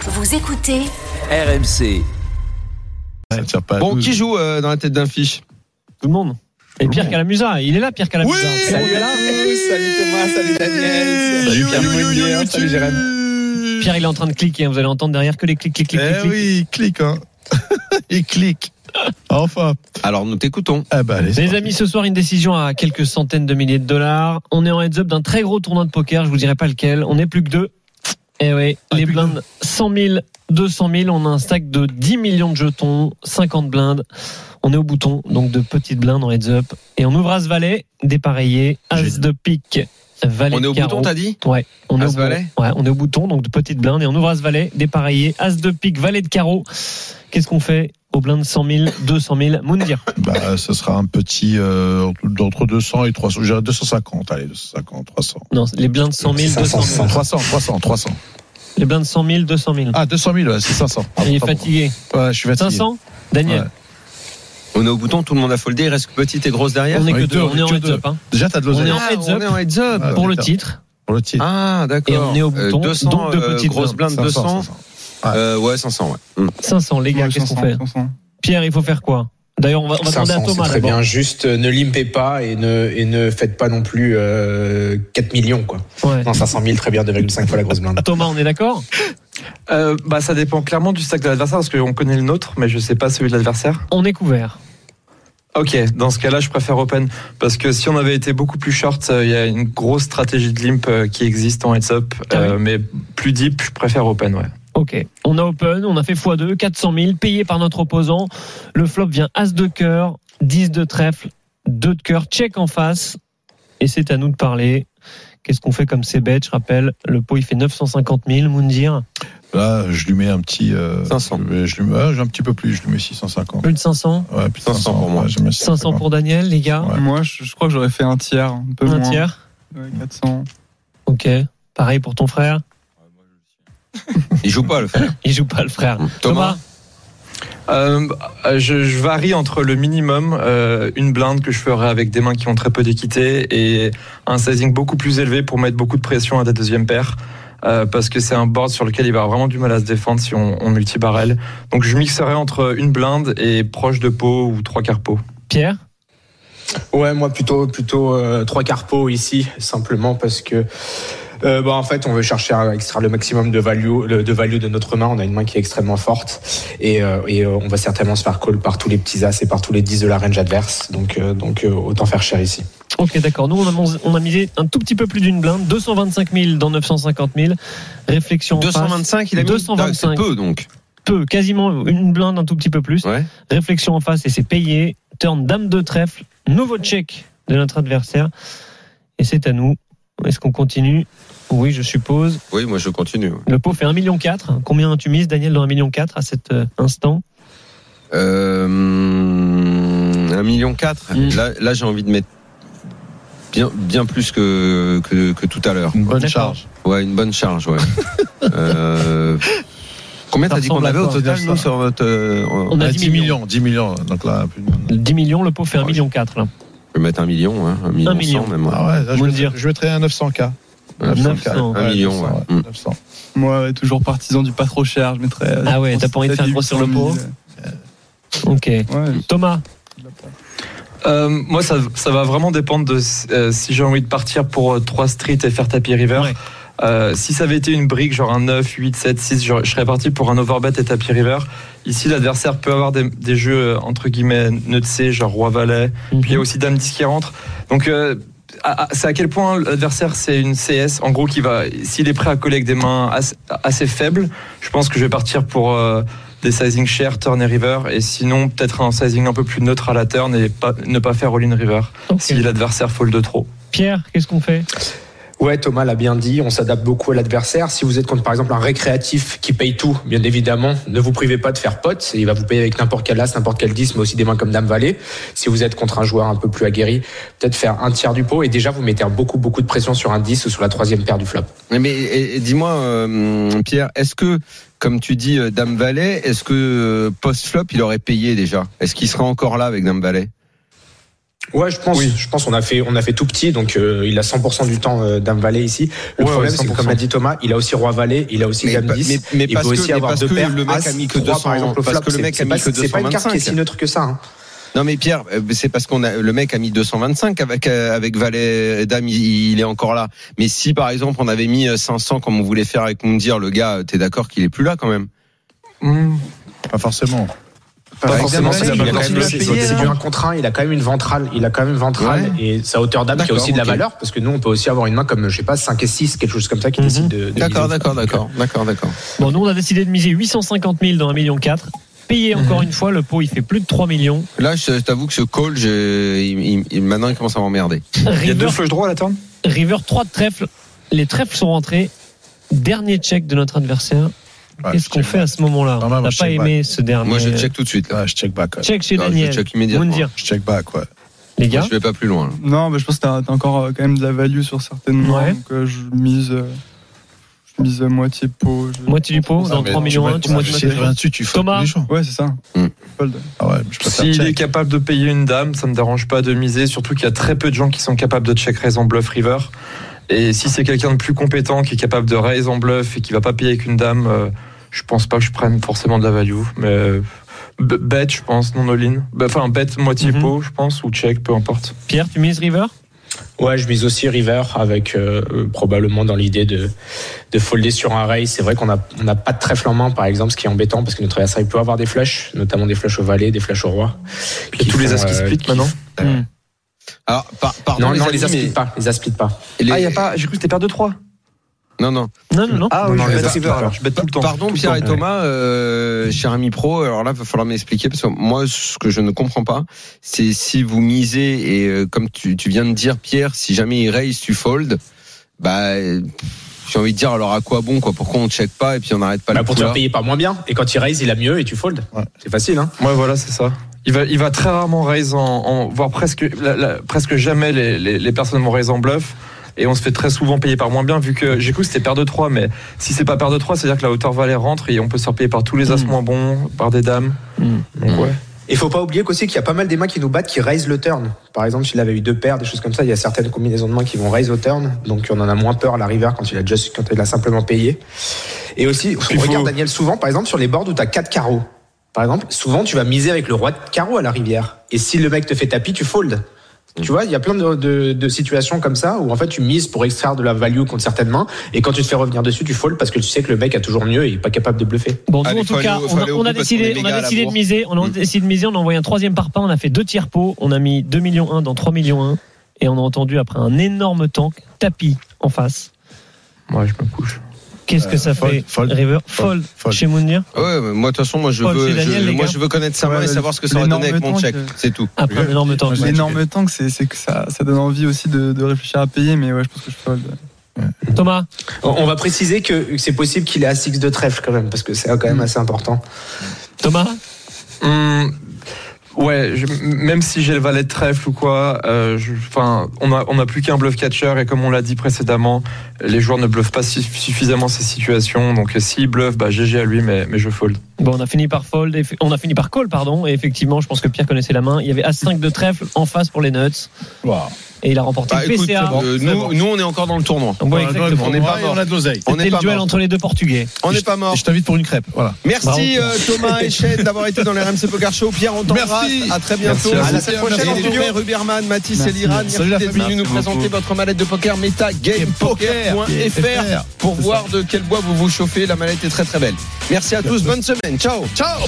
Vous écoutez RMC. Ça tire pas à Bon, douze. qui joue euh, dans la tête d'un fiche Tout le monde. Et Pierre Calamusa, il est là, Pierre Calamusa. Eh Salut Pierre, salut Thomas, salut Daniel, Salut, Pierre Mounier, salut Jérém. Pierre, il est en train de cliquer. hein. Vous allez entendre derrière que les clics, clics, clics. Eh clics, oui, il clique, hein. il clique. Enfin. Alors, nous t'écoutons. Ah bah, allez. clics. Les amis, ce soir, une décision à quelques centaines de milliers de dollars. On est en heads-up d'un très gros tournoi de poker. Je vous dirai pas lequel. On n'est plus que deux. Eh oui, Ah, les plus que blindes 100 000, 200 000. On a un stack de 10 millions de jetons, 50 blindes. On est au bouton, donc de petites blindes en heads-up. Et on ouvre As Valet, dépareillé, As Génial. de pique, Valet On est au carreau. bouton, t'as dit Ouais, on est, As au bouton. valet ouais, on est au bouton, donc de petites blindes. Et on ouvre As Valet, dépareillé, As de pique, Valet de carreau. Qu'est-ce qu'on fait aux blindes 100 000, 200 000 Moundir. Bah, ça sera un petit euh, entre 200 et 300. Je dirais 250. Allez, 250, 300. Non, les blindes 100 000, 200 000. 300, 300, 300. Les blindes 100 000, 200 000. Ah, 200 000, ouais, c'est 500. Ah, Il est Pardon, pardon. fatigué. Ouais, je suis fatigué. 500 Daniel, Ouais. On est au bouton, tout le monde a foldé, il reste que petite et grosse derrière. on est On que est deux, deux, on est en que heads deux. up hein, Déjà, t'as de On est l'oseille en heads up. on est en heads up. Ah, pour le putain. titre. pour le titre. Ah, d'accord. Et on est au bouton, 200, donc de euh, petites grosses blindes, 500, 200. 500. Euh, ouais, 500, ouais. Mm. 500, les gars, qu'est-ce qu'on fait Pierre, il faut faire quoi D'ailleurs, on va, on va demander à 500, c'est Thomas très d'abord. bien. Juste, euh, ne limpez pas et ne, et ne faites pas non plus euh, 4 millions, quoi. Ouais. Non, 500 000, très bien, 2,5 fois la grosse blinde. Thomas, on est d'accord Euh, bah, ça dépend clairement du stack de l'adversaire parce qu'on connaît le nôtre, mais je sais pas celui de l'adversaire. On est couvert. Ok, dans ce cas-là, je préfère open parce que si on avait été beaucoup plus short, euh, il y a une grosse stratégie de limp euh, qui existe en heads up, Ah oui. euh, mais plus deep, je préfère open. Ouais. Ok, on a open, on a fait x2, 400 000, payé par notre opposant. Le flop vient As de cœur, 10 de trèfle, 2 de cœur, check en face. Et c'est à nous de parler. Qu'est-ce qu'on fait comme c'est bête Je rappelle, le pot il fait 950 000, Moundir, Là, je lui mets un petit. euh, 500. Je lui mets, ah, j'ai un petit peu plus, je lui mets 650. plus de 500. Ouais, puis 500 pour moi. ouais, je mets 500 pour Daniel, les gars, Ouais. Moi, je, je crois que j'aurais fait un tiers, un peu un moins. tiers. Ouais, 400. Ok, pareil pour ton frère. Il joue pas, le frère. Il joue pas le frère. Thomas, Euh, euh, je, je varie entre le minimum, euh, une blinde que je ferai avec des mains qui ont très peu d'équité, et un sizing beaucoup plus élevé pour mettre beaucoup de pression à ta deuxième paire. euh, parce que c'est un board sur lequel il va avoir vraiment du mal à se défendre si on, on multibarrel. Donc je mixerai entre une blinde et proche de pot ou trois quarts pot. Pierre Ouais, moi plutôt plutôt euh, trois quarts pot ici, simplement parce que euh, bah, en fait, on veut chercher à extraire le maximum de value le- de value de notre main. On a une main qui est extrêmement forte et, euh, et, euh, on va certainement se faire call par tous les petits as et par tous les 10 de la range adverse. Donc euh, donc euh, autant faire cher ici. Ok, d'accord. Nous, on a, mon- on a misé un tout petit peu plus d'une blinde, 225 000 dans 950 000. Réflexion en face. 225, il a mis. Ah, 225. C'est peu, donc. peu, quasiment une blinde, un tout petit peu plus. Ouais. Réflexion en face et c'est payé. Turn dame de trèfle, nouveau check de notre adversaire. Et c'est à nous. Est-ce qu'on continue Oui, je suppose. Oui, moi, je continue. Le pot fait 1,4 million. Combien tu mises, Daniel, dans 1,4 million à cet euh, instant Euh, 1,4 million. Mm. Là, là j'ai envie de mettre bien, bien plus que, que, que tout à l'heure. Une bonne D'accord. charge. Ouais, une bonne charge, ouais. Euh, combien Ça t'as dit qu'on ressemble avait à au quoi, total, ça nous, sur votre. euh, on- On a Ouais, 10 10 millions, 10 millions. Donc là, plus de- 10 millions, le pot fait 1,4 million. là. Je vais mettre un million, hein, un million, Un cent, million. même. ouais. Ah ouais, là, je, Vous mettrais- dire. je mettrais un 900K. 900. Un million, ouais. 900. Moi, ouais, toujours partisan du pas trop cher, je mettrais. euh, Ah ouais, t'as pas envie de faire grossir le 800 000. Ok. Ouais, Thomas, Euh, moi, ça, ça va vraiment dépendre de euh, si j'ai envie de partir pour 3 streets et faire tapis river. Ouais. Euh, si ça avait été une brique, genre un 9, 8, 7, 6, je, je serais parti pour un overbet et tapis river. Ici, l'adversaire peut avoir des, des jeux euh, entre guillemets nœud de C, genre roi valet. Mhm. Puis il y a aussi dame 10 qui rentre. Donc, euh, à- à- c'est à quel point l'adversaire c'est une CS, en gros, qui va, s'il est prêt à coller avec des mains assez, assez faibles, je pense que je vais partir pour euh, des sizing share, turn et river, et sinon peut-être un sizing un peu plus neutre à la turn et pas, ne pas faire all-in river Ok. si l'adversaire fold de trop. Pierre, qu'est-ce qu'on fait Ouais, Thomas l'a bien dit, on s'adapte beaucoup à l'adversaire. Si vous êtes contre, par exemple, un récréatif qui paye tout, bien évidemment, ne vous privez pas de faire pote. Il va vous payer avec n'importe quel as, n'importe quel 10, mais aussi des mains comme Dame Valet. Si vous êtes contre un joueur un peu plus aguerri, peut-être faire un tiers du pot. Et déjà, vous mettez beaucoup, beaucoup de pression sur un 10 ou sur la troisième paire du flop. Mais, mais, et- et dis-moi, euh, Pierre, est-ce que, comme tu dis, euh, Dame Valet, est-ce que euh, post-flop, il aurait payé déjà Est-ce qu'il sera encore là avec Dame Valet Ouais, je pense. Je pense on a fait on a fait tout petit, donc euh, il a 100% du temps euh, Dame Valet ici. Le Ouais, problème, ouais, c'est que, comme l'a dit Thomas, il a aussi Roi Valet, il a aussi Mais Dame pas- 10. mais- mais il parce peut que- aussi mais avoir parce deux que paires. le mec As, a mis que trois, 200, par exemple, au parce flop. que le C'est- mec a c'est mis pas- que C'est pas une carte qui 225. est si neutre que ça. hein. Non mais Pierre, euh, c'est parce qu'on a le mec a mis 225 avec euh, avec valet dame, il, il est encore là. Mais si par exemple on avait mis euh, 500 comme on voulait faire avec Moundir, le gars, euh, t'es d'accord qu'il est plus là quand même Mmh. Pas forcément. Pas Avec forcément, Dame c'est Valet, il a la bonne quand même carte. le C'est payer, c'est là. du 1 contre 1, il a quand même une ventrale, il a quand même une ventrale et sa hauteur d'âme qui a D'accord, aussi de la ok. valeur parce que nous on peut aussi avoir une main comme je sais pas 5 et 6 quelque chose comme ça qui Mhm. décide de, de D'accord, miser. d'accord, d'accord, d'accord, d'accord. Bon, nous, on a décidé de miser 850 000 dans 1,4 million. Payé Mhm. encore une fois, le pot, il fait plus de 3 millions. Là, je je t'avoue que ce call, je, il- il- il- maintenant il commence à m'emmerder. Il y a deux River, flush droits à la turn River 3 de trèfle. Les trèfles sont rentrés. Dernier check de notre adversaire. Ouais, Ah, je Qu'est-ce qu'on check fait à ce moment-là Quand même, On n'a je pas check aimé ce dernier. Moi, je check tout de suite back. là. Ouais, je check back. ouais. Check chez Non, je Ah, Daniel. check immédiatement. Moundir. Je check back, ouais. Les Moi, gars, je vais pas plus loin. là. Non, mais je pense que t'as t'as encore euh, quand même de la value sur certaines mains. Ouais. Donc euh, je mise, euh, je mise à moitié pot. je- moitié du pot, dans mais 3 millions tu 1, mets- tu moitié tu mets rien dessus, tu fais Thomas. les gens. Ouais, c'est ça. Hmm. Fold. Ah ouais, mais je préfère S'il est check. capable de payer une dame, ça me dérange pas de miser, surtout qu'il y a très peu de gens qui sont capables de check raise en bluff river. Et si c'est quelqu'un de plus compétent qui est capable de raise en bluff et qui va pas payer avec une dame, euh, je pense pas que je prenne forcément de la value. Mais euh, b- bet, je pense, non all-in. Bah, Enfin, bet moitié Mhm. pot, je pense, ou check, peu importe. Pierre, tu mises River Ouais, je mise aussi River avec euh, euh, probablement dans l'idée de, de folder sur un rail. C'est vrai qu'on n'a on n'a pas de trèfle en main, par exemple, ce qui est embêtant parce que notre adversaire il peut avoir des flashs, notamment des flashs au valet, des flashs au roi. Il y a tous les as qui euh, split qui- maintenant. Alors, Ah, par- pardon. Non, non, amis, les as split mais pas. Les as split pas. les- Ah, il y a pas, j'ai cru que c'était paire de 3. Non, non. Non, non, non. Ah oui, Non, je les bet as split river pas. alors, je bet tout le temps. Pardon tout le Pierre temps. et Thomas, euh, cher ami pro, alors là, va falloir m'expliquer parce que moi, ce que je ne comprends pas, c'est si vous misez et euh, comme tu, tu viens de dire Pierre, si jamais il raise, tu fold, bah, euh, j'ai envie de dire alors à quoi bon quoi Pourquoi on ne check pas et puis on n'arrête pas Bah, le pour coup te faire là payer par moins bien. Et quand il raise, il a mieux et tu fold. Ouais. C'est facile, hein. Ouais, voilà, c'est ça. Il va, il va très rarement raise en, en- voire presque, la- la- presque jamais les, les, les personnes vont raise en bluff. Et on se fait très souvent payer par moins bien, vu que j'ai cru que c'était paire de 3, mais si c'est pas paire de 3, c'est-à-dire que la hauteur valet rentre et on peut se faire payer par tous les as Mm. moins bons, par des dames. Mm. Donc ouais. Et faut pas oublier qu'aussi qu'il y a pas mal des mains qui nous battent qui raise le turn. Par exemple, s'il avait eu deux paires, des choses comme ça, il y a certaines combinaisons de mains qui vont raise au turn. Donc on en a moins peur à la river quand il a juste, quand il a simplement payé. Et aussi, on Puis faut- regarde Daniel souvent, par exemple, sur les boards où t'as quatre carreaux. Par exemple, souvent tu vas miser avec le roi de carreau à la rivière. Et si le mec te fait tapis, tu fold. Mm. Tu vois, il y a plein de, de- de situations comme ça où en fait tu mises pour extraire de la value contre certaines mains et quand tu te fais revenir dessus, tu fold parce que tu sais que le mec a toujours mieux et il est pas capable de bluffer. Bon, nous, Allez, en tout faut aller cas, au- faut on a, aller au on a bout parce qu'on décidé, est on a méga à la décidé de bourre. miser, on a Mm. décidé de miser, on a envoyé un troisième par pas, on a fait deux tiers pots, on a mis 2 millions 1 dans 3 millions 1, et on a entendu après un énorme tank, tapis en face. Mm. Ouais, je me couche. Qu'est-ce que Euh, ça fold, fait fold, River fold, fold, fold. chez Mounir Ah Ouais, mais moi de toute façon, moi je Paul, c'est veux, Daniel, je- les moi gars. je veux connaître sa Ouais, main et le- savoir ce que ça aurait l'énorme donné avec mon temps check. que- C'est tout. Bah, après un énorme tank. L'énorme tank, c'est c'est que ça, ça donne envie aussi de, de réfléchir à payer, mais ouais, je pense que je fold. Thomas, On on va préciser que c'est possible qu'il ait à 6 de trèfle quand même, parce que c'est quand même assez important. Thomas, Hum, ouais, je- même si j'ai le valet de trèfle ou quoi, euh, je- enfin, on a, on a plus qu'un bluff catcher et comme on l'a dit précédemment, les joueurs ne bluffent pas su- suffisamment ces situations. Donc euh, s'il bluffe, bah GG à lui, mais, mais je fold. Bon, on a fini par fold, et- on a fini par call, pardon, et effectivement, je pense que Pierre connaissait la main. Il y avait As5 de trèfle en face pour les nuts, Waouh. et il a remporté Bah, le écoute, PCA. euh, nous, nous, on est encore dans le tournoi. Donc, voilà, Voilà, exactement. on est pas et mort. On a de l'oseille. On C'était n'est le pas duel mort. entre les deux Portugais. On n'est pas mort. Je t'invite pour une crêpe, voilà. Bravo, Merci Pierre. euh, Thomas et Chet d'avoir été dans le RMC Poker Show. Pierre, on t'embrasse. Merci. À très bientôt. Merci à vous. À la semaine prochaine. Merci, on les t'ouvre vieux. Ruberman, Mathis et Merci. Liran. Merci Salut, la d'être famille. venus nous Merci présenter votre mallette de poker MetaGamePoker.fr pour voir de quel bois vous vous chauffez. La mallette est très très belle. Merci à tous. Bonne semaine. Ciao. Ciao.